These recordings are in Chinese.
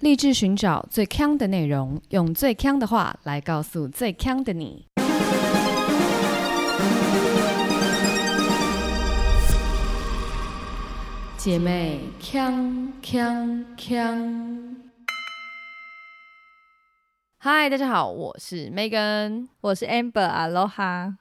立志寻找最强的内容，用最强的话来告诉最强的你。姐妹，强强强！嗨，大家好，我是 Megan。我是 Amber Aloha。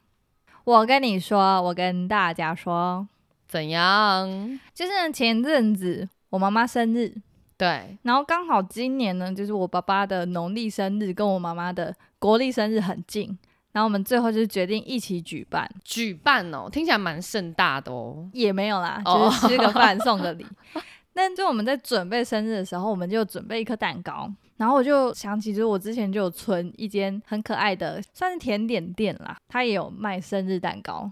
我跟你说，我跟大家说，怎样？就是前阵子我妈妈生日，对，然后刚好今年呢，就是我爸爸的农历生日跟我妈妈的国历生日很近，然后我们最后就是决定一起举办，举办哦，听起来蛮盛大的哦。也没有啦，哦就是吃个饭送个礼。 但就我们在准备生日的时候，我们就准备一颗蛋糕，然后我就想起，就是我之前就有存一间很可爱的，算是甜点店啦，它也有卖生日蛋糕。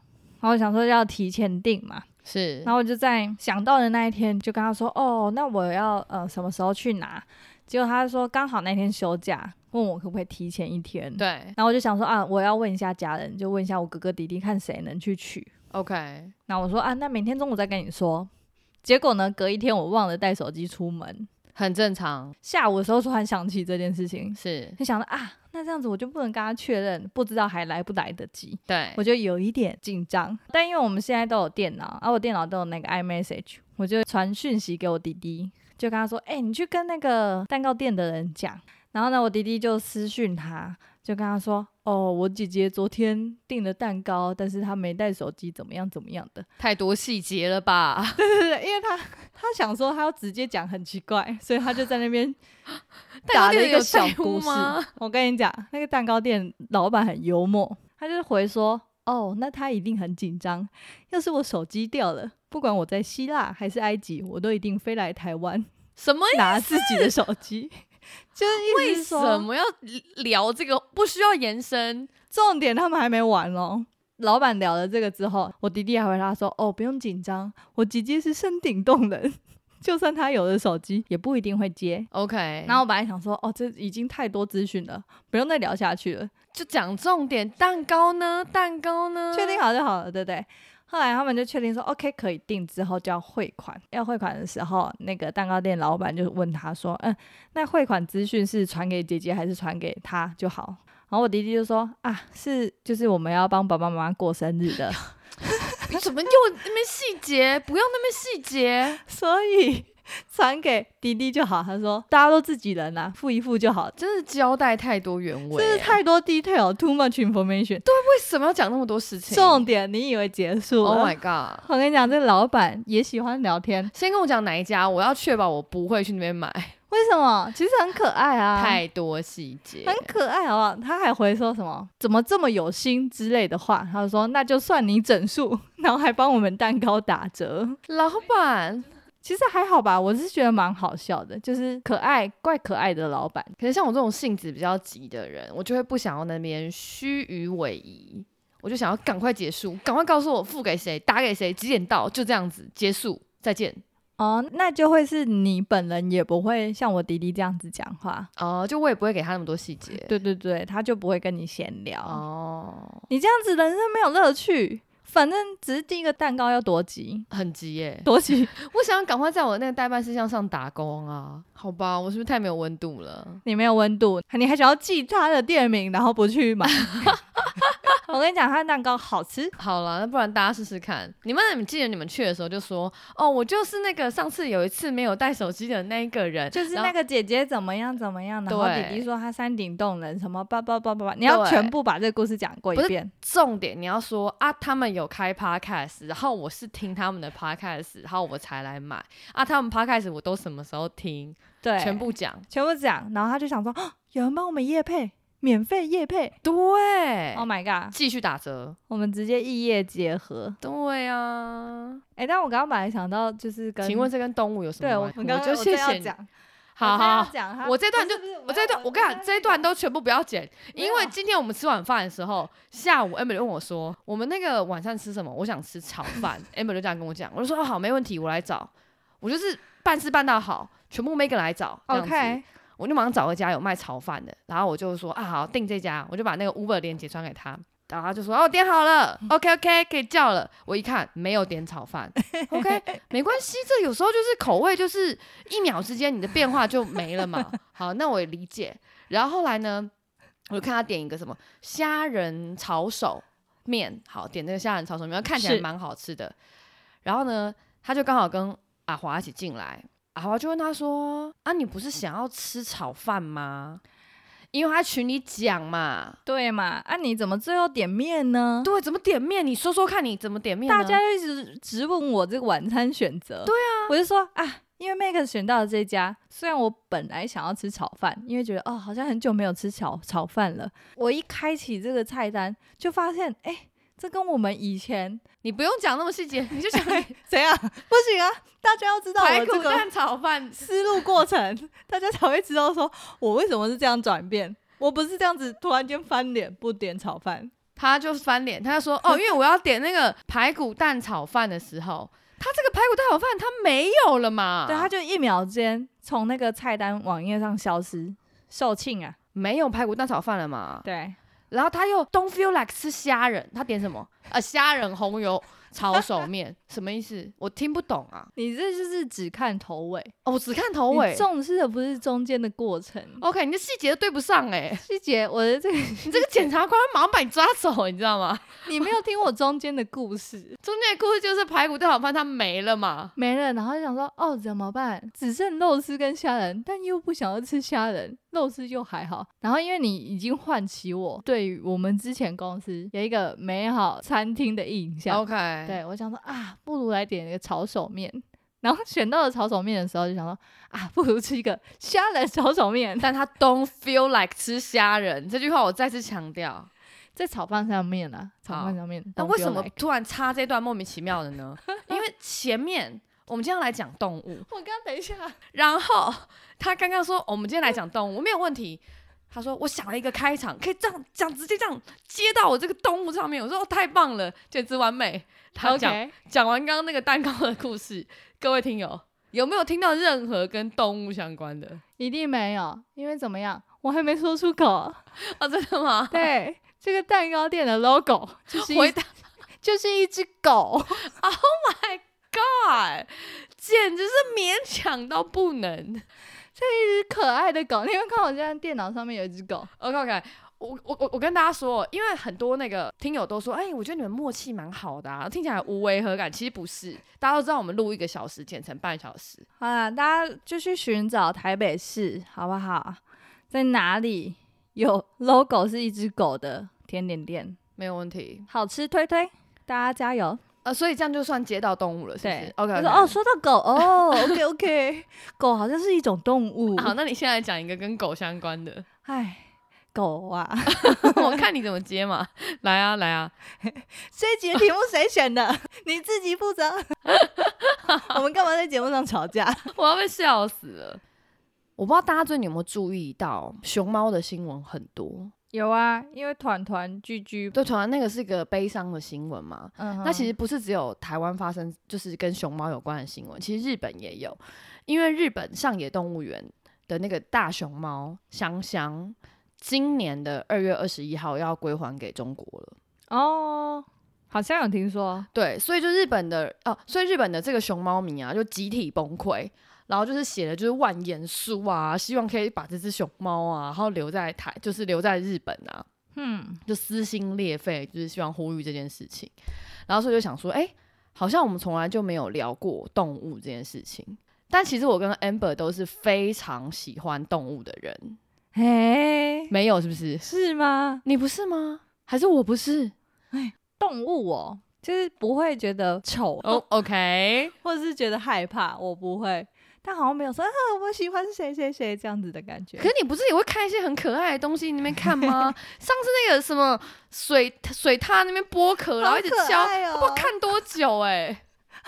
然后我想说要提前订嘛，是然，后我就在想到的那一天，就跟他说：“哦，那我要呃什么时候去拿？”结果他说刚好那天休假，问我可不可以提前一天。对然后我就想说啊，我要问一下家人，就问一下我哥哥弟弟看谁能去取。 ，OK，然后我说啊，那明天中午再跟你说。结果呢，隔一天我忘了带手机出门，很正常，下午的时候突然想起这件事情，是就想到啊，那这样子我就不能跟他确认，不知道还来不来得及，对我，就有一点紧张。但因为我们现在都有电脑，啊，我电脑都有那个 iMessage，我就传讯息给我弟弟，就跟他说，哎、你去跟那个蛋糕店的人讲。然后呢，我弟弟就私讯他，就跟他说，哦，我姐姐昨天订了蛋糕，但是她没带手机，怎么样怎么样的。太多细节了吧？对，因为他他想说他要直接讲很奇怪，所以他就在那边 蛋糕打了店一个有小在乎故事吗。我跟你讲，那个蛋糕店老板很幽默，他就是回说：“哦，那他一定很紧张。要是我手机掉了，不管我在希腊还是埃及，我都一定飞来台湾什么拿自己的手机。” 就是为意思是说什么要聊这个？不需要延伸，重点他们还没完哦。老板聊了这个之后，我弟弟还回他说：“哦，不用紧张，我姐姐是山顶洞人， 就算她有了手机，也不一定会接。” OK，然后我本来想说：“哦，这已经太多资讯了，不用再聊下去了，就讲重点。蛋糕呢？蛋糕呢？确定啊好就好了，对不对？”后来他们就确定说：“OK，可以定。”之后就要汇款。要汇款的时候，那个蛋糕店老板就问他说：“嗯，那汇款资讯是传给姐姐还是传给他就好？”然后我弟弟就说：“啊，是就是我们要帮爸爸妈妈过生日 的。”你怎么又那边细 节？不要那边细节。所以 传给弟弟就好。他说大家都自己人啦、付一付就好。真是交代太多原委、啊真是太多 detail，too much information。为什么要讲那么多事情重点啊你以为结束了 Oh my god！我跟你讲，这老板也喜欢聊天，先跟我讲哪一家，我要确保我不会去那边买。为什么？其实很可爱啊，哎太多细节很，可爱，好不好？他还回说什么“怎么这么有心”之类的话，他就说那就算你整数，然后还帮我们蛋糕打折。老板。其实还好吧，我是觉得蛮好笑的，就是可爱怪可爱的老板。可是像我这种性子比较急的人，我就会不想要那边虚与委蛇，我就想要赶快结束，赶快告诉我付给谁，打给谁，几点到，就这样子结束，再见。哦，那就会是你本人也不会像我弟弟这样子讲话。哦、就我也不会给他那么多细节。对对对，他就不会跟你闲聊。哦，你这样子人生没有乐趣。反正只是第一个蛋糕要多急，很急耶！多急。 我想赶快在我那个代办事项上打工啊，好吧，我是不是太没有温度了？你没有温度，你还想要记他的店名，然后不 去买。我跟你讲，他的蛋糕好吃。好了，那不然大家试试看。你们你们记得你们去的时候就说，哦，我就是那个上次有一次没有带手机的那一个人，就是然那后个姐姐怎么样怎么样，然后对弟弟说他山顶洞人什么叭叭叭叭叭，你要对全部把这个故事讲过不一是遍。重点你要说啊，他们有开 podcast，然后我是听他们的 podcast，然后我才来买啊，他们 podcast 我都什么时候听，对，全部讲。全部讲，然后他就想说，哦有人帮我们夜配，免费夜配。对， Oh my 哦 god！继续打折。我们直接异业结合。对啊，哎、但我刚刚本来想到就是跟，请问这跟动物有什对么我关系？我刚刚就我谢正谢要你。讲，好好我正要好，讲他，我这段就不是不是我这段我跟你讲，这一段都全部不要剪，没因有为今天我们吃晚饭的时候，下午 Amber 就问我说，我们那个晚上吃什么？我想吃炒饭 ，Amber 就这样跟我讲，我就说哦好，没问题，我来找。我就是办事办到好，全部 Megan 来找这样子 OK 我就马上找个家有卖炒饭的，然后我就说啊好订这家，我就把那个 Uber 链接传给他，然后他就说哦点好了，OK OK 可以叫了。我一看没有点炒饭，OK 没关系，这有时候就是口味就是一秒之间你的变化就没了嘛。好，那我也理解。然后后来呢，我就看他点一个什么虾仁炒手面，好点这个虾仁炒手面，看起来是蛮好吃的。然后呢，他就刚好跟阿华一起进来，阿华就问他说：“啊，你不是想要吃炒饭吗？”因为他群里讲嘛，对嘛？啊，你怎么最后点面呢？对，怎么点面？你说说看，你怎么点面呢？大家就一直质问我这个晚餐选择。对啊，我就说啊，因为 Mac 选到了这家，虽然我本来想要吃炒饭，因为觉得哦，好像很久没有吃炒炒饭了。我一开启这个菜单，就发现哎、这跟我们以前你不用讲那么细节，你 就讲 怎样 不行啊？大家要知道排我骨这个蛋炒 饭。 思路过程，大家才会知道说我为什么是这样转变。我不是这样子突然间翻脸不点炒饭，他就翻脸，他就说：“哦，因为我要点那个排骨蛋炒饭的时候，他这个排骨蛋炒饭他没有了嘛？对，他就一秒间从那个菜单网页上消失。售罄啊，没有排骨蛋炒饭了嘛？对，然后他又 don't feel like 吃虾仁，他点什么？呃，虾仁红油炒手面，什么意思？我听不懂啊！你这就是只看头尾，哦，我只看头尾你。重视的不是中间的过程。 OK，你的细节都对不上哎、 细节，我的这个你这个检察官马上把你抓走，你知道吗？ 你没有听我中间的故事，中间的故事就是排骨蛋炒饭它没了嘛。没了，然后就想说哦怎么办？只剩肉丝跟虾仁，但又不想要吃虾仁，肉丝又还好。然后因为你已经唤起我对于我们之前公司有一个美好餐厅的印象， OK，对我想说啊，不如来点一个炒手面。然后 选到了炒手面的时候，就想说啊，不如吃一个虾仁炒手面。 但他 don't feel like 吃虾仁这句话，我再次强调。在炒饭上面啊，炒饭上面。那懂为丢什么来突然插这段莫名其妙的 呢？因为前面我们今天要来讲动 物，我刚等一下，然后他刚刚说我们今天来讲动物没有问题，他说我想了一个开场，可以这样讲，直接这样接到我这个动物上面，我说哦太棒了，简直完美。他讲 OK，讲完刚刚那个蛋糕的故事，各位听友有没有听到任何跟动物相关的？一定没有，因为怎么样，我还没说出 口。啊，真的 吗？对，这个蛋糕店的 logo 就是回一答就是一只狗， God，简直是勉强到不能。一只可爱的狗。你有没有看我现在电脑上面有一只狗？ OK OK，我我我我跟大家说，哦因为很多那个听友都说，哎、我觉得你们默契蛮好的、啊，听起来无违和感，其实不是。大家都知道我们录一个小时剪成半小时，好啦，大家就去寻找台北市好不好？在哪里有 logo 是一只狗的甜点店？没有问题。好吃推推，大家加油！呃，所以这样就算接到动物了，是不是对？OK，, 他 o 说哦，说到狗哦，OK OK，狗 好像是一种动物。好，那你现在讲一个跟狗相关 的，唉，狗啊，我看你怎么接嘛。来啊，来啊，这一集的题目谁选的？你自己负 责。我们干嘛在节目上吵架？ 我要被笑死了。我不知道大家最近有没有注意到，熊猫的新闻很多。有啊，因为团团居居，对，同然那个是一个悲伤的新闻嘛，嗯哼，那其实不是只有台湾发生，就是跟熊猫有关的新闻，其实日本也有，因为日本上野动物园的那个大熊猫香香，今年的二月二十一号要归还给中国了。哦，好像有听说，对，所以就日本的哦、所以日本的这个熊猫迷啊，就集体崩溃，然后就是写了就是万言书啊，希望可以把这只熊猫啊，然后留在台，就是留在日本啊，嗯，就撕心裂肺，就是希望呼吁这件事情。然后所以就想说，哎、好像我们从来就没有聊过动物这件事情。但其实我跟 Amber 都是非常喜欢动物的人，嘿，没有是不是？是吗？你不是吗？还是我不是？动物哦，就是不会觉得丑哦、o k 或者是觉得害怕，我不会。但好像没有说啊，我喜欢谁谁谁这样子的感觉可。是你不是也会看一些很可爱的东西，你那边看吗？ 上次那个什么水水獭那边剥壳，然后一直好可敲，爱哦不知道看多久哎、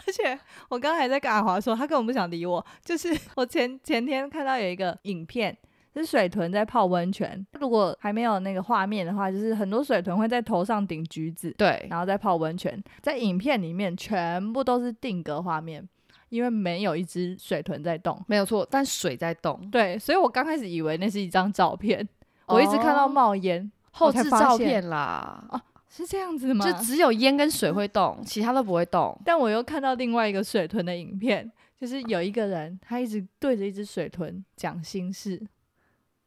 而且我刚才在跟阿华说，他根本不想理我。就是 我前前天看到有一个影片，是水豚在泡温泉。如果还没有那个画面的话，就是很多水豚会在头上顶橘子，对，然后再泡温泉。在影片里面全部都是定格画面，因为没有一只水豚在动。没有错，但水在动，对，所以我刚开始以为那是一张照片，我一直看到哦冒烟。后我才置发照现片啦。是这样子吗？就只有烟跟水会动，其他都不会动。但我又看到另外一个水豚的影片，就是有一个人他一直对着一只水豚讲心事，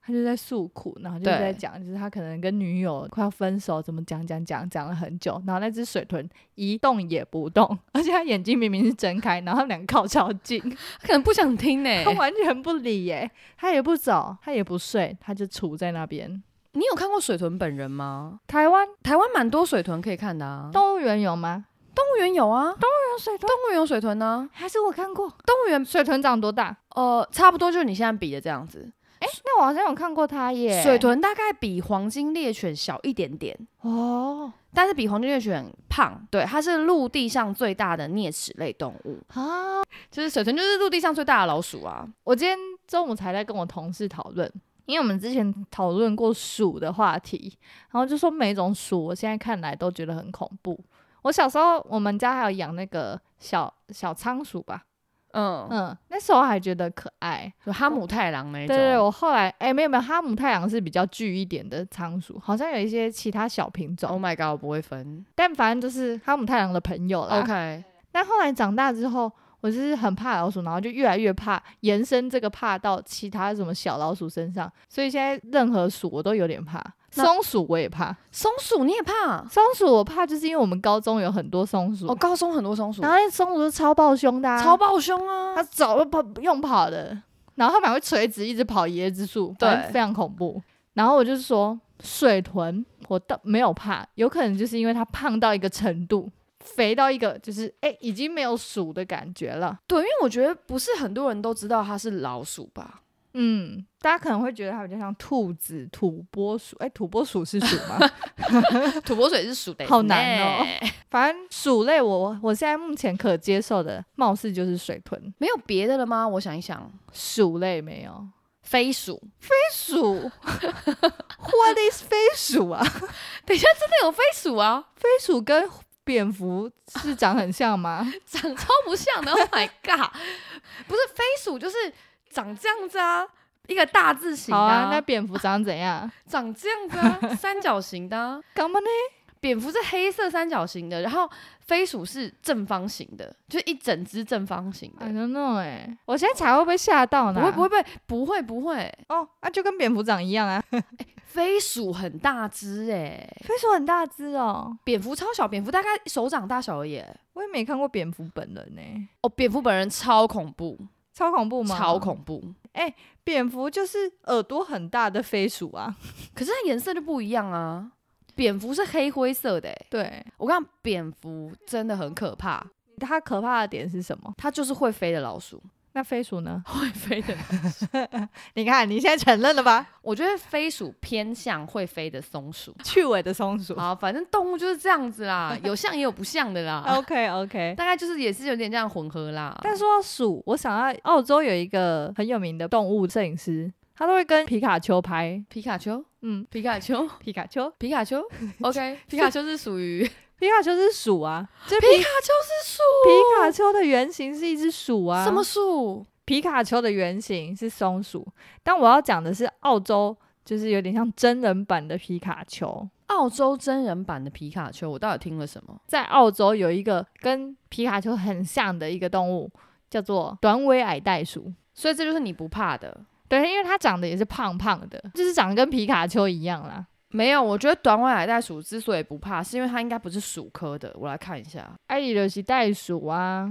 他就在诉苦，然后就对在讲，就是他可能跟女友快要分手，怎么讲讲讲讲了很久，然后那只水豚一动也不动， 而且他眼睛明明是睁开，然后他们两个靠超 近，可能不想听呢、他完全不理耶、他也不走，他也不睡，他就杵在那边。你有看过水豚本人吗？台湾台湾蛮多水豚可以看的啊，动物园有吗？动物园有啊，动有水豚，物园有水豚啊呢、还是我看过？动物园水豚长多大？呃差不多就是你现在比的这样子，那我好像有看过它耶。水豚大概比黄金猎犬小一点点，哦但是比黄金猎犬胖。对，它是陆地上最大的啮齿类动物，啊，就是水豚就是陆地上最大的老鼠啊。我今天中午才在跟我同事讨论，因为我们之前讨论过鼠的话题，然后就说每种鼠，我现在看来都觉得很恐怖。我小时候我们家还有养那个小小仓鼠吧，嗯，嗯，那时候还觉得可爱。就哈姆太郎那一对种。对，对我后来哎、没有没有，哈姆太阳是比较巨一点的仓鼠，好像有一些其他小品种， Oh my god，我不会分。但反正就是哈姆太阳的朋友啦。 OK，但后来长大之后，我就是很怕老鼠，然后就越来越怕，延伸这个怕到其他什么小老鼠身上，所以现在任何鼠我都有点怕。那松鼠我也怕，松鼠你也怕？松鼠我怕，就是因为我们高中有很多松鼠，哦，高松很多松鼠然，后那松鼠都超暴凶的、啊，超暴凶啊它！走跑用跑的，然后它们还会垂直一直跑椰子树，对反正非常恐怖。然后我就说水豚我倒没有怕，有可能就是因为它胖到一个程度，肥到一个就是哎、已经没有鼠的感觉了。对，因为我觉得不是很多人都知道它是老鼠吧？嗯，大家可能会觉得它比较像兔子、土拨鼠。哎、土拨鼠是鼠 吗？ 土拨鼠也是鼠 的，好难哦。反正鼠类我，我现在目前可接受的，貌似就是水豚。没有别的了吗？我想一想，鼠类没有，飞鼠，飞鼠 ，What is 飞鼠啊？真的有飞鼠啊，飞鼠跟蝙蝠是长很像 吗？长超不像的。Oh my god，不 是飞鼠就是长这样子啊，一个大字形好的、啊，那蝙蝠长怎样？长这样子啊，三角形的、啊。干嘛呢？蝙蝠是黑色三角形的，然后飞鼠是正方形的，就是一整只正方形的 I。don't know 哎、我现在才会被吓到不呢。会不会不会不会不会，哦，那、就跟蝙蝠长一样啊。飞鼠很大只哎、飞鼠很大只哦，蝙蝠超小，蝙蝠大概手掌大小而已欸。我也没看过蝙蝠本人呢、哦，蝙蝠本人超恐怖，超恐怖吗？超恐怖，蝙蝠就是耳朵很大的飞鼠啊。可是它颜色就不一样啊。蝙蝠是黑灰色的欸、 对，我跟你讲，蝙蝠真的很可怕，它可怕的点是什么？它就是会飞的老鼠，那飞鼠 呢？会飞的。 你看，你现在承认了吧？我觉得飞鼠偏向会飞的松鼠。去尾的松 鼠。好，反正动物就是这样子啦，有像也有不像的啦， OK OK。大概就是也是有点这样混合啦。但说到鼠，我想到澳洲有一个很有名的动物摄影师，他都会跟皮卡丘拍。皮卡丘，嗯，皮卡丘，皮卡丘，皮卡丘，OK，皮 卡丘是属于皮卡丘是鼠啊，就皮皮卡丘是鼠，皮卡丘的原型是一只鼠啊。什么鼠？皮卡丘的原型是松鼠，但我要讲的是澳洲，就是有点像真人版的皮卡丘。澳洲真人版的皮卡丘，我到底听了什么？在澳洲有一个跟皮卡丘很像的一个动物，叫做短尾矮袋鼠。所以这就是你不怕的。对，因为它长得也是胖胖的，就是长得跟皮卡丘一样啦。没有，我觉得短尾矮袋鼠之所以不怕，是因为它应该不是鼠科的。我来看一下，艾里流西袋鼠啊，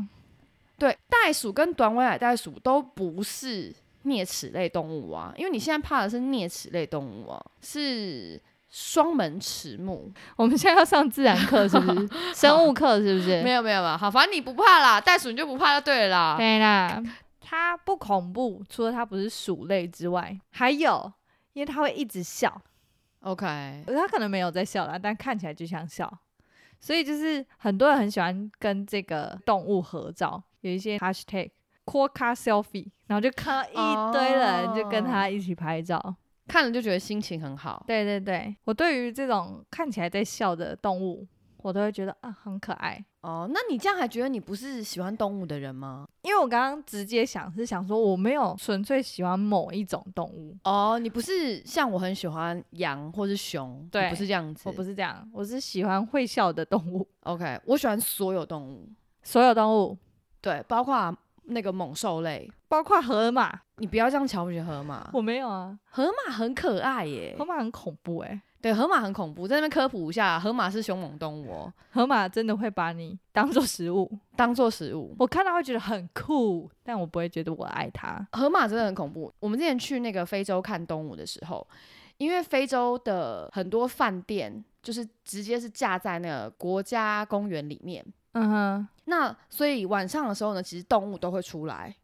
对，袋鼠跟短尾矮袋鼠都不是啮齿类动物啊，因为你现在怕的是啮齿类动物啊，是双门齿目。我们现在要上自然课是不 是？生物课是不是？啊没有没有没有，好，反正你不怕啦，袋鼠你就不怕就对了啦。对啦，它不恐怖，除了它不是鼠类之外，还有因为它会一直笑， OK，它可能没有在笑啦，但看起来就像笑。所以就是很多人很喜欢跟这个动物合照，有一些 hashtag quokka selfie，然后就看到一堆人就跟他一起拍照。看了就觉得心情很好。对对对，我对于这种看起来在笑的动物我都会觉得啊很可爱。哦，那你这样还觉得你不是喜欢动物的人吗？因为我刚刚直接想是想说，我没有纯粹喜欢某一种动物，哦，你不是像我很喜欢羊或是熊，你对不是这样子。我不是这样，我是喜欢会笑的动物， OK，我喜欢所有动物，所有动物，对，包括那个猛兽类。包括河马。你不要这样瞧不起河马，我没有啊，河马很可爱耶、河马很恐怖哎、对，河马很恐怖，在那边科普一下，河马是凶猛动物哦，河马真的会把你当做食物， 当做食物。我看到会觉得很酷，但我不会觉得我爱它。河马真的很恐怖。我们之前去那个非洲看动物的时候，因为非洲的很多饭店就是直接是架在那个国家公园里面，嗯哼，那所以晚上的时候呢，其实动物都会出来，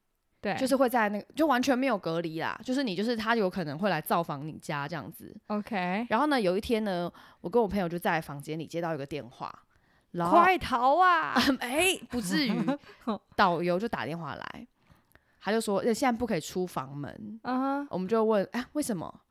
对，就是会在那个就完全没有隔离啦，就是你就是它有可能会来造访你家这样子。 OK，然后呢，有一天呢，我跟我朋友就在房间里接到一个电话，然后快逃啊！，哎、不至于 导游就打电话来，他就说呃现在不可以出房门，啊、我们就问哎、为什么？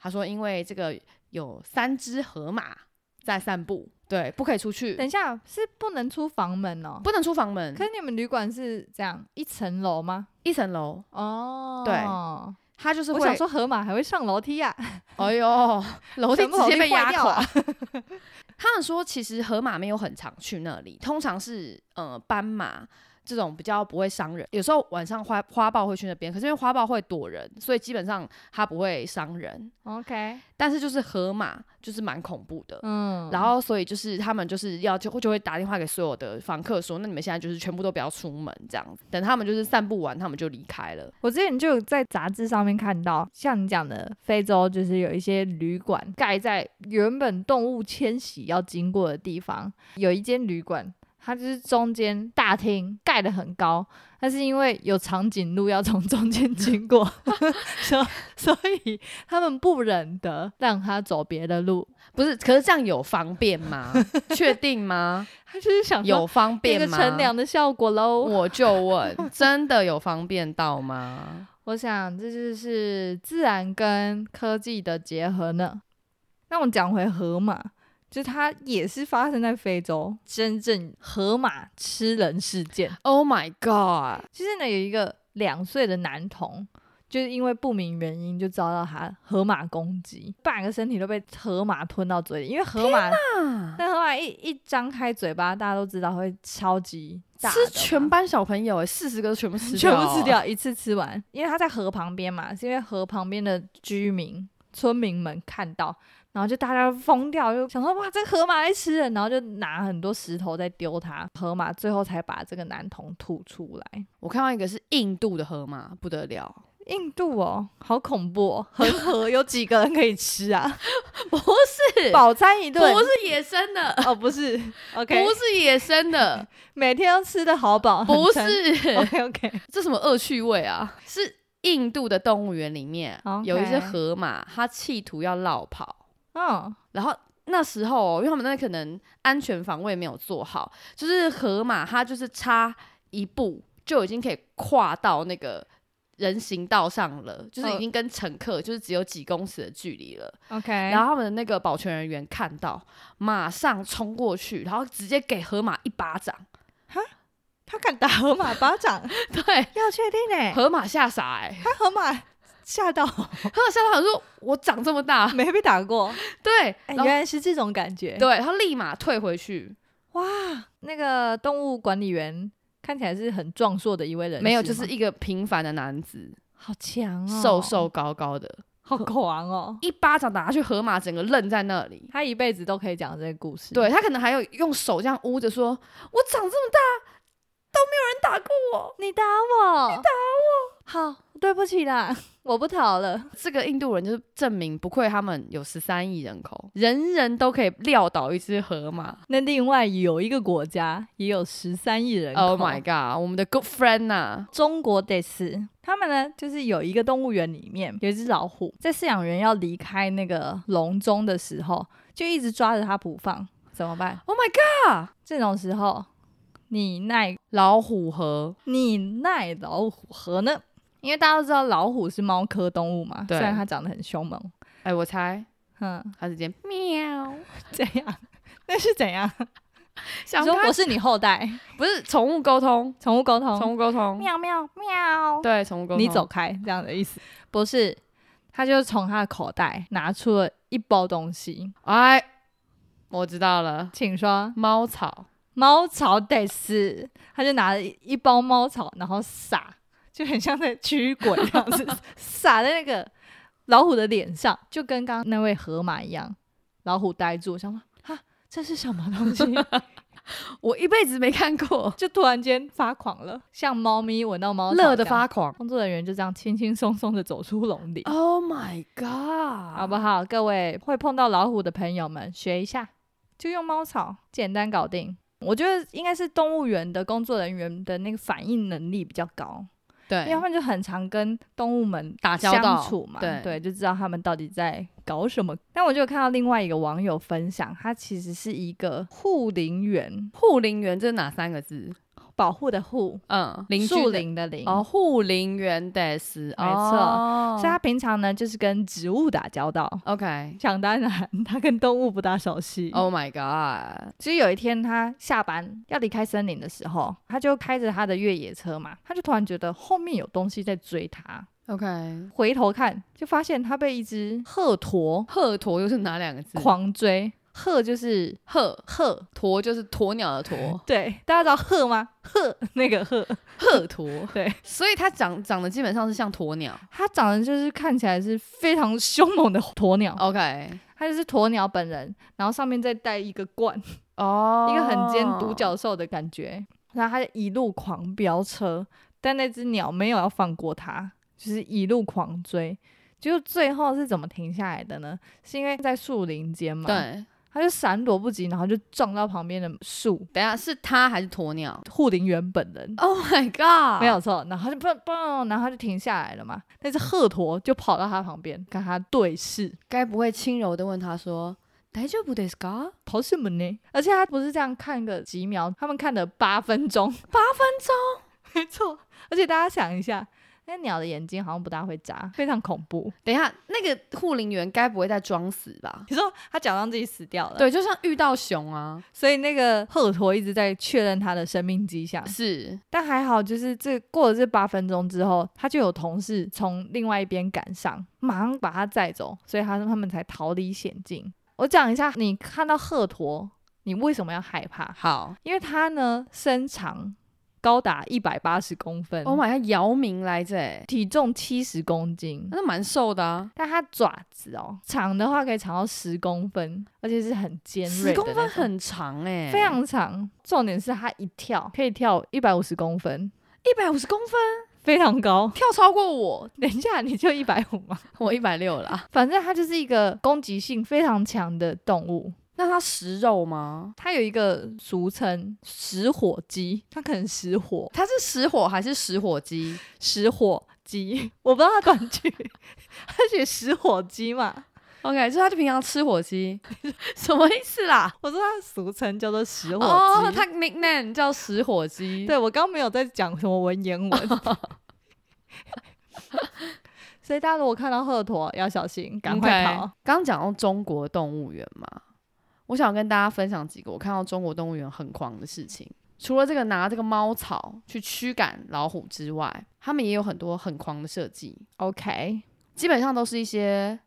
他说因为这个有三只河马在散步，对，不可以出去，等一下是不能出房门哦。不能出房门可，是你们旅馆是这样一层楼吗？一层楼。哦，对他就是我会，想说河马还会上楼梯呀、哎 呦，楼梯全部直楼接梯被坏压掉啊垮。他们说，其实河马没有很常去那里，通常是呃斑马这种比较不会伤人。有时候晚上花花豹会去那边，可是因为花豹会躲人，所以基本上它不会伤人。 OK，但是就是河马就是蛮恐怖的。嗯，然后，所以就是他们就是要就就会打电话给所有的房客说，那你们现在就是全部都不要出门，这样子。等他们就是散步完，他们就离开了。我之前就有在杂志上面看到，像你讲的，非洲就是有一些旅馆盖在原本动物迁徙要经过的地方，有一间旅馆，它就是中间大厅盖得很高，但是因为有长颈鹿要从 中间经过， 所所以他们不忍得让它走别的路，不是，可是这样有方便 吗？确定吗？他就是想说有方变便个吗？乘凉的效果喽。我就问，真的有方便到吗？我想这就是自然跟科技的结合呢。那我们讲回河马，就是它也是发生在非洲，真正河马吃人事件。 Oh my god！其实呢，有一个两岁的男童，就是因为不明原因就遭到他河马攻击，半个身体都被河马吞到嘴里。因为河马，啊，那河马一一张开嘴巴，大家都知道会超级大的吃嘛，全班小朋友、欸，四十个全部吃全掉，哦部吃。掉，一次吃完。因为他在河旁边嘛，是因为河旁边的居民、村民们看到，然后就大家都疯掉，就想说哇，这河马在吃人，然后就拿很多石头在丢它。河马最后才把这个男童吐出来。我看到一个是印度的河马，不得了。印度哦，好恐怖哦！恒河有几个人可以吃啊？ 不是饱餐一顿不是野生的， 哦，不是，OK，不是野生 的，每天都吃的好饱，不是， ，OK OK，这什么恶趣味啊？是印度的动物园里面 OK 有一些河马，它企图要绕跑，嗯，然后那时候哦，因为他们那可能安全防卫没有做好，就是河马它就是差一步就已经可以跨到那个人行道上了，就是已经跟乘客就是只有几公尺的距离了。 OK，然后他们的那个保全人员看到，马上冲过去，然后直接给河马一巴掌。 他敢打河马巴掌，对，要确定呢、河马吓傻 哎、他河马吓到河马吓傻说：“我长这么大， 没被打过，对，哎然后原来是这种感觉。对，他立马退回去，哇，那个动物管理员看起来是很壮硕的一位人士吗，没有，就是一个平凡的男子，好强哦，瘦，瘦高高的。”好狂哦。一巴掌打下去，河马整个愣在那里。他一辈子都可以讲这个故事。对他可能还有用手这样捂着说：“我长这么大都没有人打过我。你打我，你打我，好，对不起啦，我不逃了。”这个印度人就是证明，不愧他们有十三亿人口，人人都可以撂倒一只河马。那另外有一个国家也有十三亿人口 Oh my god，我们的 good friend 呐、中国得是他们呢，就是有一个动物园里面有一只老虎，在饲养员要离开那个笼中的时候，就一直抓着它不放，怎么办？ o h Oh my god，这种时候，你奈老虎河你奈老虎何呢？因为大家都知道老虎是猫科动物嘛，虽对然它长得很凶猛，哎，我猜嗯， 它是间喵，怎样？那是怎样？想你说开我是你后代，不是宠物沟通，宠物沟通，宠物沟通，喵喵喵，对，宠物沟通，你走，开这样的意思，不是？他就从他的口袋拿出了一包东西，哎，我知道了，请说。猫草，猫草得死，他就拿了一一包猫草，然后撒，就很像在驱鬼这样子，撒在那个老虎的脸上，就跟刚刚那位河马一样，老虎呆住，想说啊，这是什么东 西？，我一辈子没看过就突然间发狂了，像猫咪闻到猫草乐得这样发。狂工作人员就这样轻轻松松的走出笼里， ，Oh my god，好不好？各位会碰到老虎的朋友们，学一下，就用猫草，简单搞定。我觉得应该是动物园的工作人员的那个反应能力比较高，因为对，他们就很常跟动物们打交道相处嘛，对就知道他们到底在搞什么。但我就有看到另外一个网友分享，他其实是一个护林员，护林员这是哪三个字？保护的护，嗯，邻居树的林的林。哦，护林员得是，没哦所以他平常呢就是跟植物打交道， OK。想当然他跟动物不大熟悉。 Oh my god！其实有一天，他下班要离开森林的时候，他就开着他的越野车嘛，他就突然觉得后面有东西在追他， OK，回头看就发现他被一只鹤鸵鹤鸵又是哪两个字？狂追。鹤就是鹤鹤，鸵就是鸵鸟的鸵， 对，大家知道鹤吗？鹤那个鹤，鹤鸵。对，所以它长长得基本上是像鸵鸟。它长得就是看起来是非常凶猛的鸵鸟，哦 OK，它就是鸵鸟本人，然后上面再带一个冠，哦一个很尖独。角兽的感觉。然后他就一路狂飙车，但那只鸟没有要放过他，就是一路狂追。就最后是怎么停下来的呢？是因为在树林间嘛，，对，他就闪躲不及，然后就撞到旁边的树，等一下是它还是鸵鸟护林员本人。 ？Oh my god！没有错，然后就砰砰，然后他就停下来了嘛。那只鹤鸵就跑到他旁边，跟他对视，该不会轻柔的问他说：“大丈夫ですか跑什么呢？而且他不是这样看个几秒，他们看了八分钟，八分钟， 没错。而且大家想一下，那鸟的眼睛好像不大会眨，非常恐怖。？”等一下，那个护林员该不会在装死吧？你说他假装自己死掉了，，对，就像遇到熊啊，所以那个鹤鸵一直在确认他的生命迹象，是但还好，就是这过了这八分钟之后，他就有同事从另外一边赶上，马上把他载走，所以他他们才逃离险境。我讲一下，你看到鹤鸵，你为什么要害怕？好。因为它呢身长高达一百八十公分 Oh my god！姚明来着、欸，体重七十公斤，那蛮瘦的啊，但它爪子哦长的话可以长到十公分，而且是很尖锐的十那种，公分很长哎、非常长。重点是它一跳可以跳一百五十公分，一百五十公分，非常高。跳超过我，等一下你就一百五嘛，我一百六啦。反正它就是一个攻击性非常强的动物。那它食肉吗？它有一个俗称“食火鸡”，它可能食火，它是食火还是食火鸡？食火鸡，我不知道他短句，他写食火鸡嘛， OK，就是他就平常吃火鸡， 什么意思啦？我说他俗称叫做食火鸡。哦，他 nickname 叫食火鸡。，对我刚没有在讲什么文 言文。所以大家如果看到鹤鸵，要小心，赶快逃。。刚刚讲到中国动物园嘛，我想跟大家分享几个我看到中国动物园很狂的事情。除了这个拿这个猫草去驱赶老虎之外，他们也有很多很狂的设计， OK，基本上都是一些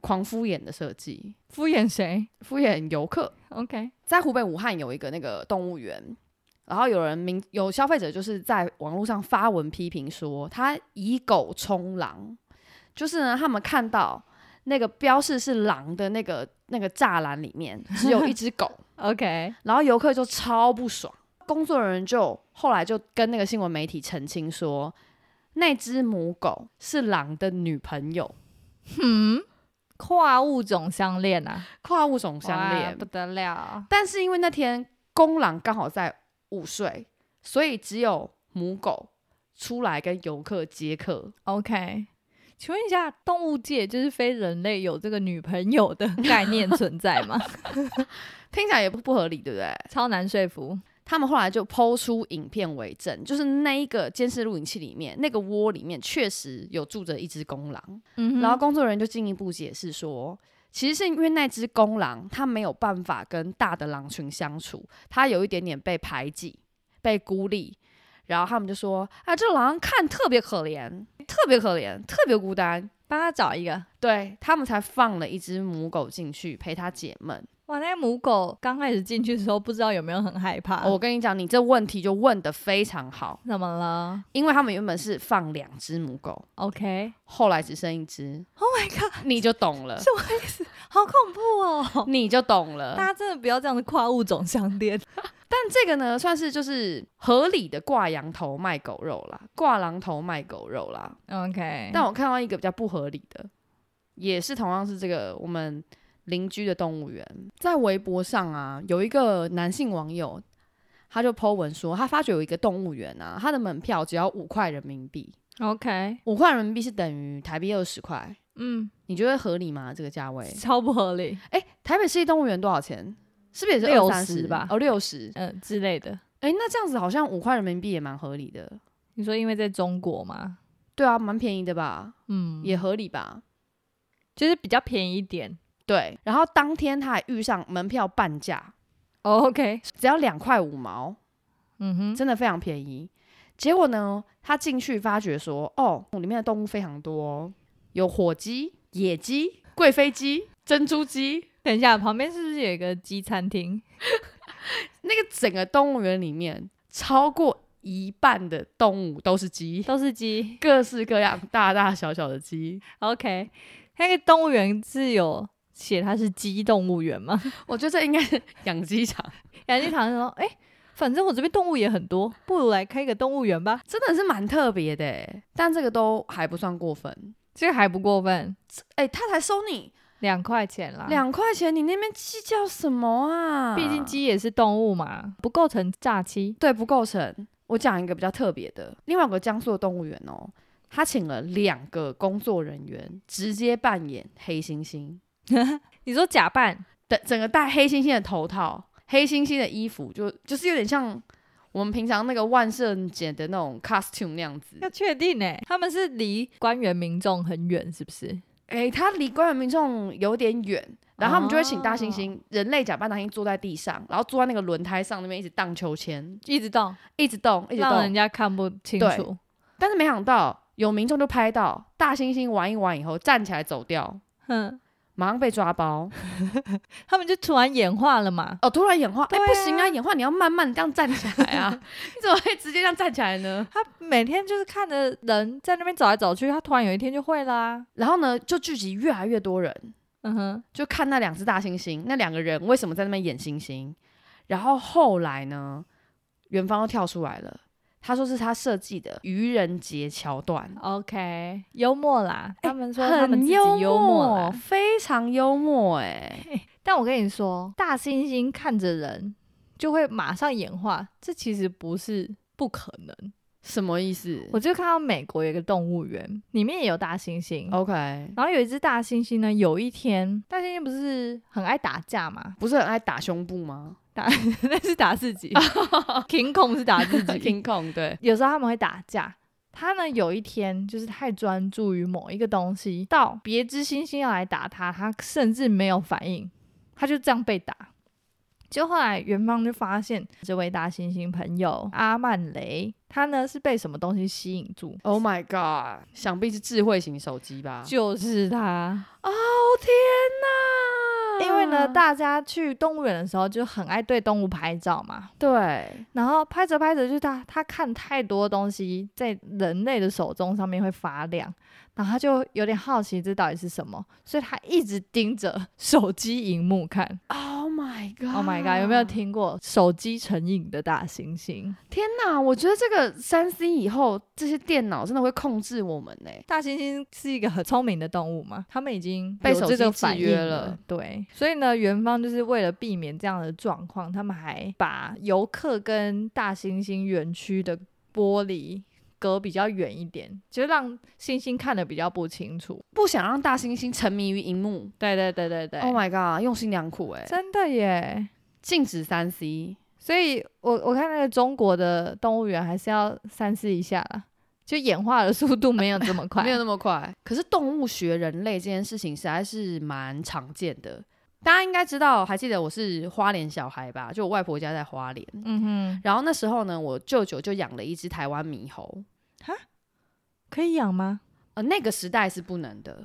狂敷衍的设计，敷衍谁敷衍游客。 ？OK，在湖北武汉有一个那个动物园，然后有人民有消费者就是在网络上发文批评说，他以狗冲狼，就是呢，他们看到那个标示是狼的那个那个栅栏里面只有一只 狗， OK，然后游客就超不爽，工作人员就后来就跟那个新闻媒体澄清说，那只母狗是狼的女朋友，跨物种相恋啊，跨物种相哇恋不，得了。但是因为那天公狼刚好在午睡，所以只有母狗出来跟游客接客。 OK，请问一下，动物界就是非人类有这个女朋友的 概念存在吗？ 听起来也不不合理，对不对？超难说服。他们后来就抛出影片为证，就是那一个监视录影器里面，那个窝里面确实有住着一只公狼。嗯哼然后工作人员就进一步解释说，其实是因为那只公狼它没有办法跟大的狼群相处，它有一点点被排挤、被孤立，然后他们就说：“啊，这狼看特别可怜，特别可怜，特别孤单。帮他找一个。对”他们才放了一只母狗进去陪它解闷。哇，那母狗刚开始进去的时候，不知道有没有很害怕？哦我跟你讲，你这问题就问得非常好，怎么了因为他们原本是放两只母狗， ？OK，后来只剩一只， Oh my god，你就懂 了，好恐怖哦！ 你就懂了。大家真的不要这样子跨物种相恋。但这个呢，算是就是合理的挂羊头卖狗肉啦，挂狼头卖狗肉啦。 OK， 但我看到一个比较不合理的，也是同样是这个我们邻居的动物园，在微博上啊，有一个男性网友，他就 po 文说，他发觉有一个动物园啊，它的门票只要五块人民币， OK，五块人民币是等于台币二十块，嗯，你觉得合理吗？这个价位？超不合理，哎、台北市立动物园多少钱？是不是也是60 2, 30吧哦，六十。嗯、之类的。哎、那这样子好像五块人民币也蛮合理的。你说因为在中国嘛，对啊，蛮便宜的吧，嗯，也合理吧。就是比较便宜一点。对，然后当天他还遇上门票半价， o 哦 OK，只要两块五毛，嗯哼，真的非常便宜。结果呢，他进去发觉说，哦，里面的动物非常多哦，有火鸡、野鸡、贵妃鸡、珍珠鸡。等一下，旁边是不是有一个鸡餐厅？那个整个动物园里面，超过一半的动物都是鸡，都是鸡。各式各样、大大小小的鸡。 OK，那个动物园是有写它是鸡动物园吗？我觉得这应该是 养鸡场。杨金堂说：“哎、反正我这边动物也很多，不如来开个动物园吧。真的是蛮特别的欸，但这个都还不算过分。”这个还不过分，哎、他才收你两块钱啦。两块钱，你那边计较什么啊？啊毕竟鸡也是动物嘛，不构成诈欺。对不构成。我讲一个比较特别的，另外有个江苏的动物园哦，他请了两个工作人员直接扮演黑猩猩，你说假扮的整个戴黑猩猩的头套、黑猩猩的衣服，就就是有点像我们平常那个万圣节的那种 costume 那样子。要确定欸哎、他们是离官员民众很远，是不是？诶，它哎离官员民众有点远，然后他们就会请大猩哦猩，人类假扮大猩猩坐在地上，然后坐在那个轮胎上那边一直荡秋千，一直动，一直动，一直让人动。家看不清对楚。但是没想到有民众就拍到大猩猩玩一玩以后站起来走掉，哼，马上被抓 包。他们就突然演化了嘛。哦，突然演化，哎、不行啊，演化你要慢慢地这样站起来 啊，你怎么会直接这样站起来呢？他每天就是看着人在那边走来走去，他突然有一天就会啦、然后呢，就聚集越来越多人，嗯哼，就看那两只大猩猩，那两个人为什么在那边演猩猩？然后后来呢，元芳又跳出来了，他说是他设计的愚人节桥段， OK，幽默啦，他们说他们哎很自己幽幽默啦。非常幽默哎、但我跟你说，大猩猩看着人就会马上演化，这其实不是不可能。什么意思我就看到美国有一个动物园，里面也有大猩猩， ？OK，然后有一只大猩猩呢，有一天大猩猩不是很爱打架嘛， 不是很爱打胸部吗？打那是打自 己，挺恐是打 自己。 听控对，有时候他们会打架。他呢，有一天就是太专注于某一个东西，到别只猩猩要来打他，他甚至没有反应，他就这样被打。就后来元芳就发现这位大猩猩朋友阿曼雷，他呢是被什么东西吸引住？ Oh my god！想必是智慧型手机吧？就是他，啊哦天哪！因为呢，大家去动物园的时候就很爱对动物拍照嘛，对然后拍着拍着就他他看太多东西在人类的手中上面会发亮，然后他就有点好奇这到底是什么，所以他一直盯着手机荧幕看。 ，Oh my god！Oh Oh my god，有没有？啊听过手机成瘾的大猩猩？天哪！我觉得这个三 C 以后，这些电脑真的会控制我们呢、大猩猩是一个很聪明的动物嘛，他们已经被有手这机个制反应约了了。对，所以呢，园方就是为了避免这样的状况，他们还把游客跟大猩猩园区的玻璃隔比较远一点，就让猩猩看得比较不清楚。不想让大猩猩沉迷于荧幕。对对对对对 Oh my god！用心良苦哎、真的耶！禁止三 C。所以我我看那个中国的动物园还是要三思一下啦。就演化的速度没有这么快， 没有那么快。可是动物学人类这件事情实在是蛮常见的。大家应该知道，还记得我是花莲小孩吧？就我外婆家在花莲，嗯哼，然后那时候呢，我舅舅就养了一只台湾猕猴。可以养吗？呃，那个时代是不能的，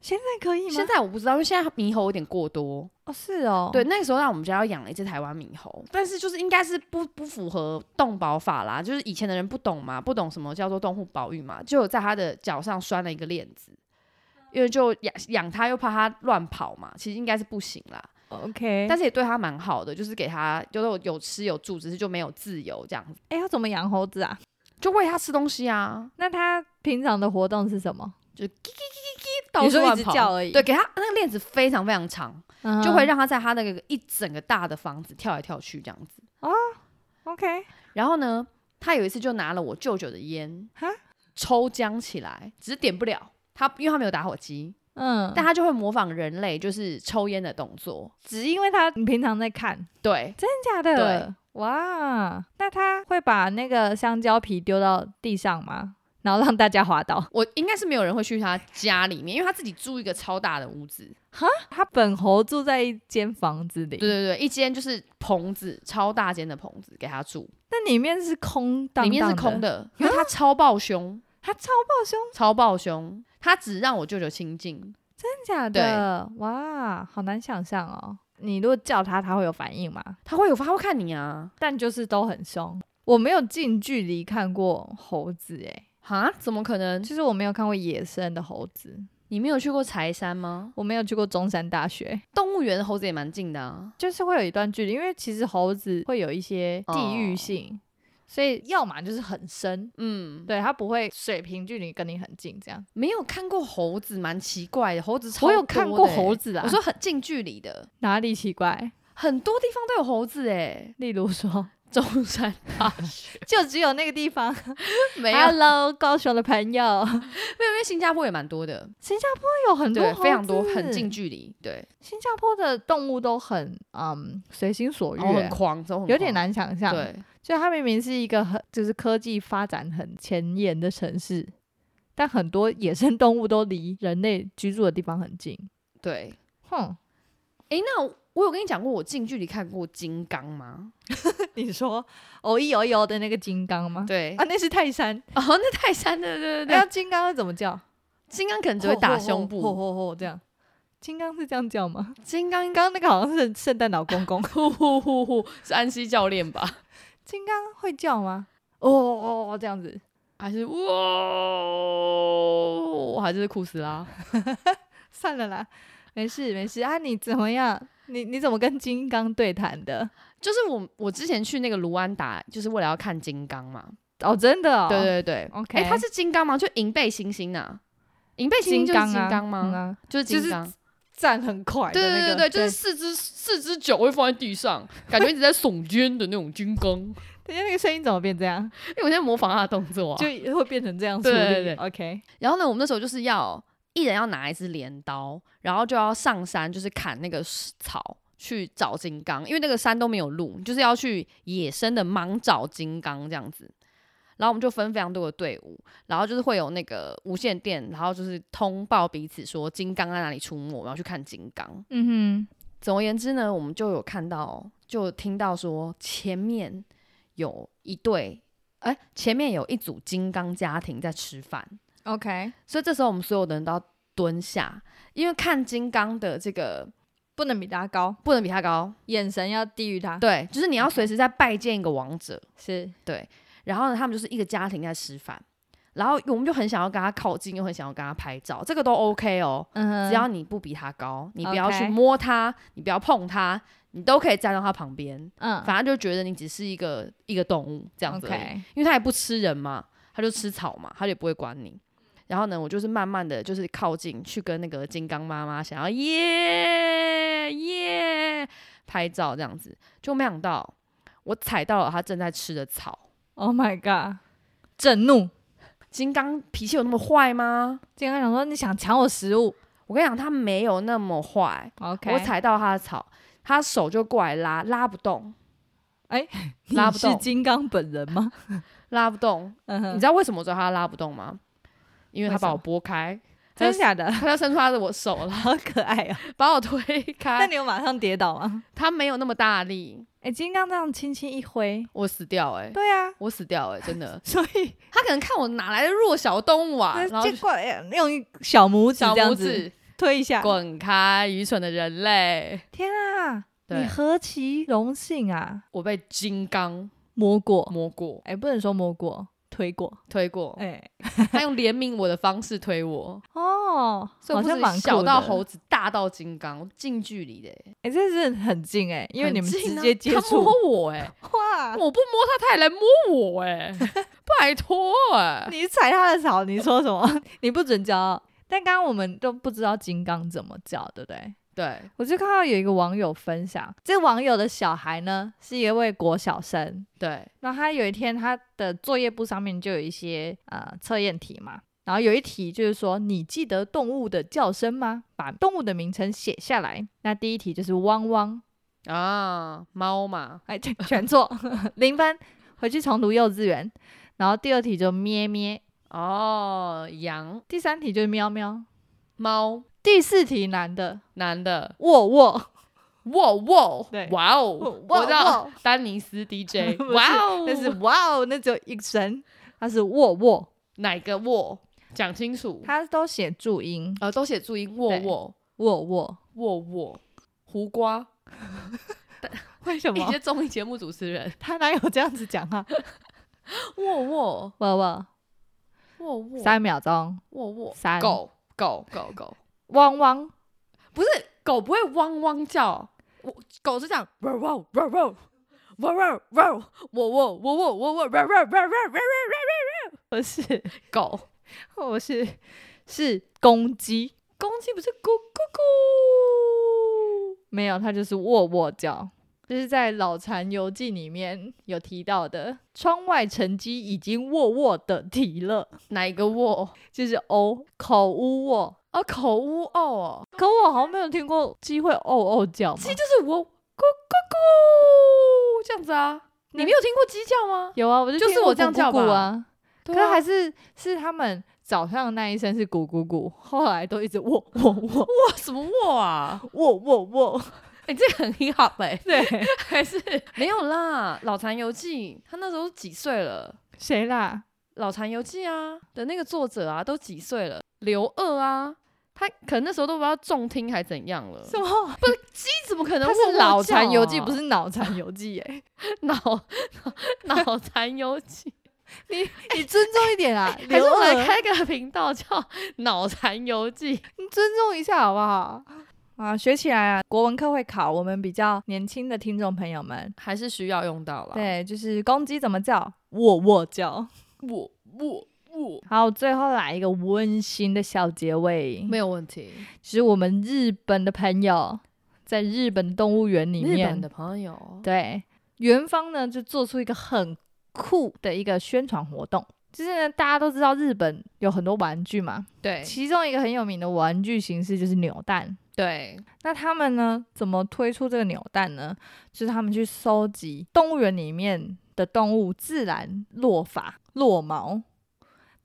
现在可以吗？现在我不知道，因为现在猕猴有点过多。哦，是哦，对，，那个时候让我们家要养了一只台湾猕猴，但是就是应该是不不符合动保法啦，就是以前的人不懂嘛，不懂什么叫做动物保育嘛，就有在它的脚上拴了一个链子，因为就养养它又怕它乱跑嘛，其实应该是不行啦， OK，但是也对它蛮好的，就是给它就是有有吃有住，只是就没有自由这样子，哎、要怎么养猴子啊？就喂它吃东西啊，那它平常的活动是什么？到你处说乱一直跑。嗯叫而已，嗯对，，给它那个链子非常非常长，就会让它在它那个一整个大的房子跳来跳去这样子。 OK，然后呢，他有一次就拿了我舅舅的烟哈，抽浆起来，只是点不了。他因为他没有打火机，嗯，但他就会模仿人类就是抽烟的动作。只因为它你平常在看，对，真假的？哇，那它会把那个香蕉皮丢到地上吗？然后让大家滑倒？我应该是没有人会去他家里面，因为他自己住一个超大的屋子。它本猴住在一间房子里，对对对，一间就是棚子，超大间的棚子给他住，那里面是空荡荡，里面是空，的，因为他超暴凶，它超暴凶，超暴凶。他只让我舅舅亲近，真假的？哇，好难想象哦。你如果叫它，它会有反应吗？他会有他会看你啊，但就是都很凶。我没有近距离看过猴子、欸，哈？怎么可能？就是我没有看过野生的猴子，你没有去过柴山吗？我没有去过中山大学，动物园的猴子也蛮近的啊。就是会有一段距离，因为其实猴子会有一些地哦域性，所以要么就是很深，嗯，对，它不会水平距离跟你很近这样。没有看过猴子，蛮奇怪的。猴子超多我的有欸看过猴，子啊，我说很近距离的，哪里奇怪？很多地方都有猴子 哎。例 如说，中山大学就只有那个地方。没有， Hello，高雄的朋 友，没有，因为新加坡也蛮多的，新加坡有很多对，非常多，猴子很近。距离，对，新加坡的动物都很嗯随心所欲然后欸、哦很狂，都很狂有点，难啊想象。啊对，所以它明明是一个很就是科技发展很前沿的城市，但很多野生动物都离人类居住的地方很近。对。哼，诶，那我有跟你讲过我近距离看过金刚吗？ 你说哦偶一偶一偶的那个金刚吗？对，啊，那是泰山。 哦，那泰山的，对对那对，金刚要怎么叫？金刚可能只会打胸吼部，吼吼这样。金刚是这样叫吗？金 刚应刚该刚那个好像是圣诞老 公公。呼呼呼呼是安西教练吧？金刚会叫吗？哦哦哦，这样子还是哇，还是库斯拉？算了啦，没事没事啊。你怎么样？你你怎么跟金刚对谈的？就是我我之前去那个卢安达，就是为了要看金刚嘛。哦，真的哦，对对对， ，OK，哎、它是金刚吗？就银背星星呐，银背星星就是金刚吗？嗯啊就是金刚。站很快的对那对个，对对，就是四只四只脚会放在地上，感觉一直在耸肩的那种金刚。等哎一下那个声音怎么变这样？ 因为我现在模仿他的动作啊。就会变成这样处理。对对对 o k 然后呢，我们那时候就是要一人要拿一支镰刀，然后就要上山，就是砍那个草去找金刚，因为那个山都没有路，就是要去野生的盲找金刚这样子。然后我们就分非常多的队伍，然后就是会有那个无线电，然后就是通报彼此说金刚在哪里出没，然后去看金刚。嗯哼，总而言之呢，我们就有看到，就听到说前面有一对，哎，前面有一组金刚家庭在吃饭。 ，OK，所以这时候我们所有的人都要蹲下，因为看金刚的这个不能比他高，不能比他高，眼神要低于他。对，就是你要随时在拜见一个王者，是，对。然后呢，他们就是一个家庭在吃饭，然后我们就很想要跟他靠近，又很想要跟他拍照，这个都 OK 哦，嗯哼只要你不比他高，你不要 OK 去摸他，你不要碰他，你都可以站到他旁边，嗯反正就觉得你只是一个一个动物这样子而已 OK，因为他也不吃人嘛，他就吃草嘛，他也不会管你。然后呢，我就是慢慢的就是靠近去跟那个金刚妈妈想要耶耶拍照这样子，就没想到我踩到了他正在吃的草。 ，Oh my god，震怒，金刚脾气有那么坏吗？金刚想说你想抢我食物我跟你讲，他没有那么坏。 ，OK，我踩到他的草，他手就过来拉，拉不动，拉你不是动金刚本人吗？ 拉不动。嗯你哼，知道为什么我知道他拉不动吗？因为为他什把我么拨开，真假的， 他就伸出他的我手了， 好可爱啊！把我推那开。你有马上跌倒吗？他没有那么大力，啊哎，金刚这样轻轻一挥，我死掉哎、对啊，我死掉哎、真的。 所以他可能看我哪来的弱小动物啊，然后结就果哎用小拇指小这样拇子指推一下，滚开，愚蠢的人类！天啊！你对何其荣幸啊！我被金刚摸过，摸过、哎，不能说摸过，推过，推 过，哎，他用怜悯我的方式推我，哦，所以好我不像是蛮酷小到的猴，子，大到金刚，近距离的欸、哎，这是很近哎，因为很你们近直啊接接他触，摸我哎、 哇我不摸他，他也来摸我哎、拜托哎、你踩他的草，你说什么？ 你不准教。但刚刚我们都不知道金刚怎么叫，对不对？对，我就看到有一个网友分享，这网友的小孩呢是一位国小生，对，然后他有一天他的作业簿上面就有一些呃测验题嘛，然后有一题就是说你记得动物的叫声吗？把动物的名称写下来。那第一题就是汪汪，啊，猫嘛，哎， 全全错，零分，回去重读幼稚园。然后第二题就咩咩，哦，羊、第三题就是喵喵，猫，第四题难的男的，沃沃，哇哇，对哇哇哦，哇我知道哇丹尼斯 DJ，不是哇哦，但是哇哦，那只有一声，它是沃沃，哪个哇？讲清楚，它都写注音，呃，都写注音哇对哇沃沃，哇哇，胡瓜，为什一么些综艺节目主持人，它哪有这样子讲啊？哇哇沃沃，哇哇三秒钟，哇哇，三狗狗狗狗，汪汪，不是狗不会汪汪叫，我狗是这样，哇哇哇哇哇哇哇，哇哇哇哇哇哇哇哇哇哇，不是，狗。我是是公鸡，公鸡不是咕咕没有，它就是沃沃叫。就是在《老残游记》里面有提到的，窗外成鸡已经沃沃的啼了，咕，哪一个喔？就是哦，口呜沃，哦，口呜哦哦，可我好像没有听过鸡会哦哦叫嘛其实就是我咕咕咕这样子啊。那你没有听过鸡叫吗？有啊，我就就是听我过这样咕叫咕咕吧啊。对可啊还是是他们早上那一声是咕咕咕，后来都一直喔喔喔哇 什么喔啊？喔喔喔，哎，这个很 hip hop 哎， 对，还是 没有啦。《老残游记》他那时候几岁了？谁啦？ 《老残游记啊》的那个作者啊，都几岁了？刘二啊，他可能那时候都不知道重听还怎样了。什么？鸡怎么可能他喔喔是哦脑残游记，叫啊不是脑残游记哎、脑脑脑残游记？ 你尊重一点 啊，还是刘我们娥来开个频道叫《脑残游记》你尊重一下好不好？ 啊，学起来啊！国文课会考，我们比较年轻的听众朋友们，还是需要用到了。，对，就是公鸡怎么叫？喔喔叫。我我我好，最后来一个温馨的小结尾。没有问题。其实我们日本的朋友在日本动物园里日本面，的朋友，对园方呢就做出一个很酷的一个宣传活动。就是呢，大家都知道日本有很多玩具嘛，对其中一个很有名的玩具形式就是扭蛋。对，那他们呢，怎么推出这个扭蛋呢？就是他们去收集动物园里面的动物自然落发、落毛，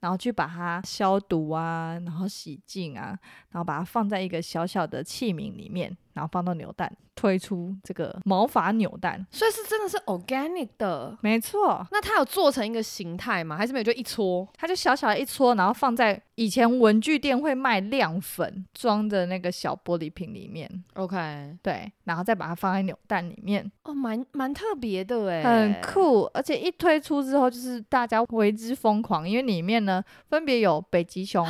然后去把它消毒啊，然后洗净啊，然后把它放在一个小小的器皿里面，然后放到扭蛋，推出这个毛发扭蛋。所以是真的是 organic 的。没错，那它有做成一个形态吗？还是没有就一撮？它就小小的一撮，然后放在以前文具店会卖亮粉装的那个小玻璃瓶里面， ？OK，对，然后再把它放在扭蛋里面。哦，蛮蛮特别的哎，很。酷，而且一推出之后，就是大家为之疯狂，因为里面呢分别有北 极熊、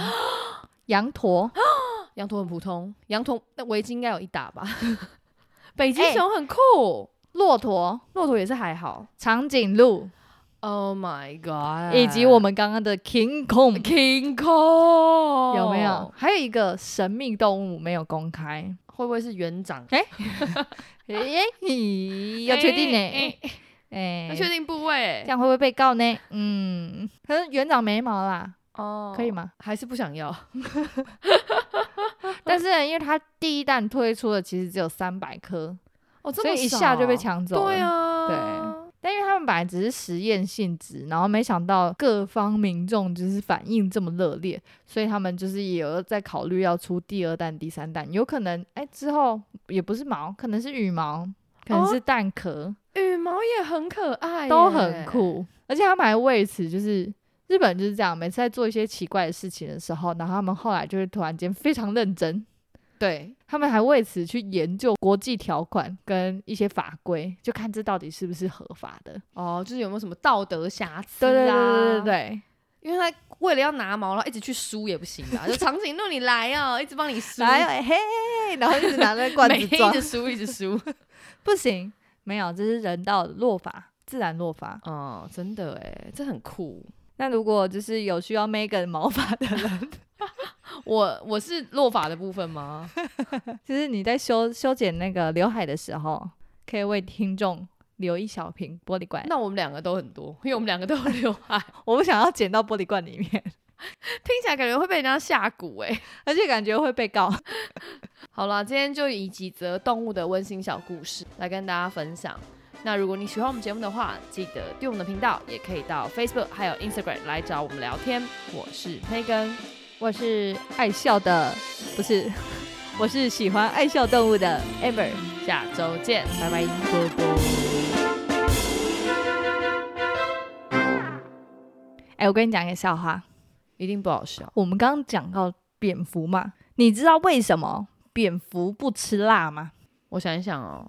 羊驼，羊驼很普通，羊驼那围巾应该有一打 吧。北极哎熊很酷，骆驼、骆驼也是还好。长颈鹿， Oh my god！以及我们刚刚的 King Kong， King Kong 有没有？？还有一个神秘动物没有公 开，会不会是园长？诶、要确定呢、诶、哎 要确定部这位样会不会被告呢？嗯，可是园长没毛啦，哦可以？吗？还是不想要？ 但是呢因为它第一弹推出的其实只有三百颗，哦，这所么以一下就被少抢走了。对啊，对他们本来只是实验性质，然后没想到各方民众就是反应这么热烈，所以他们就是也有在考虑要出第二弹、第三弹，有可能哎、之后也不是毛，可能是羽毛，可能哦哎是蛋壳，羽毛也很可爱，都很。酷。而且他们还为此就是日本就是这样，每次在做一些奇怪的事情的时候，然后他们后来就会突然间非常认真，对，他们还为此去研究国际条款跟一些法规，就看这到底是不是合法的。哦，就是有没有什么道德瑕疵啊？对对对对对因为他为了要拿毛，然后一直去梳也不行 啊，就长颈鹿你来哦，一直帮你梳，对，然后嘿，然后一直拿那个罐 每子天一装直，梳一直 梳。不行，没有，这是人道的落法，自然落法。哦，真的哎，这很酷。那如果就是有需要 Megan 毛发的 人，我我是落发的部分 吗？就是你在修修剪那个刘海的时候，可以为听众留一小瓶玻璃罐。那我们两个都很多，因为我们两个都有刘海，我不想要剪到玻璃罐里面， 听起来感觉会被人家下蛊哎。 而且感觉会被告。好啦，今天就以几则动物的温馨小故事来跟大家分享。那如果你喜欢我们节目的话，记得订阅我们的频道，也可以到 Facebook 还有 Instagram 来找我们聊天。我是 Megan，我是爱笑的，不是， 我是喜欢爱笑动物的 Amber。下周见，拜拜。波波。哎、我跟你讲一个笑话。一定不好笑，我们刚刚讲到蝙蝠嘛，你知道为什么蝙蝠不吃辣吗？我想一想哦，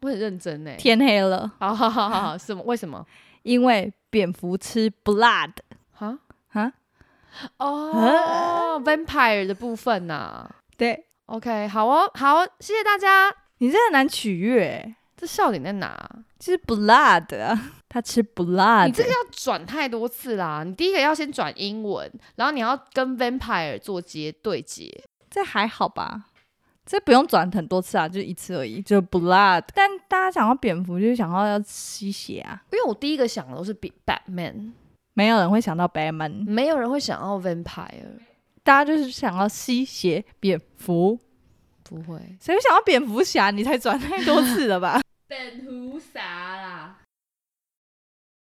我很认真哎。天黑了。好好好好好，什么？为什么？因为蝙蝠吃 blood 哈啊，哦、v a m p i r e 的部分呐、对 OK，好哦，好哦，谢谢大家。你这很难取悦欸，这笑点在哪？就是 blood，啊它吃 blood，你这个要转太多次啦！你第一个要先转英文，然后你要跟 vampire 做接对接。这还好吧？这不用转很多次啊，就一次而已，就是 blood。但大家想要蝙蝠，就是想要要吸血啊，因为我第一个想的都是比 Batman，没有人会想到 Batman，、没有人会想要 vampire，大家就是想要吸血蝙蝠，不会。 谁会想要蝙蝠侠？你才转太多次了吧？蝙蝠侠啦。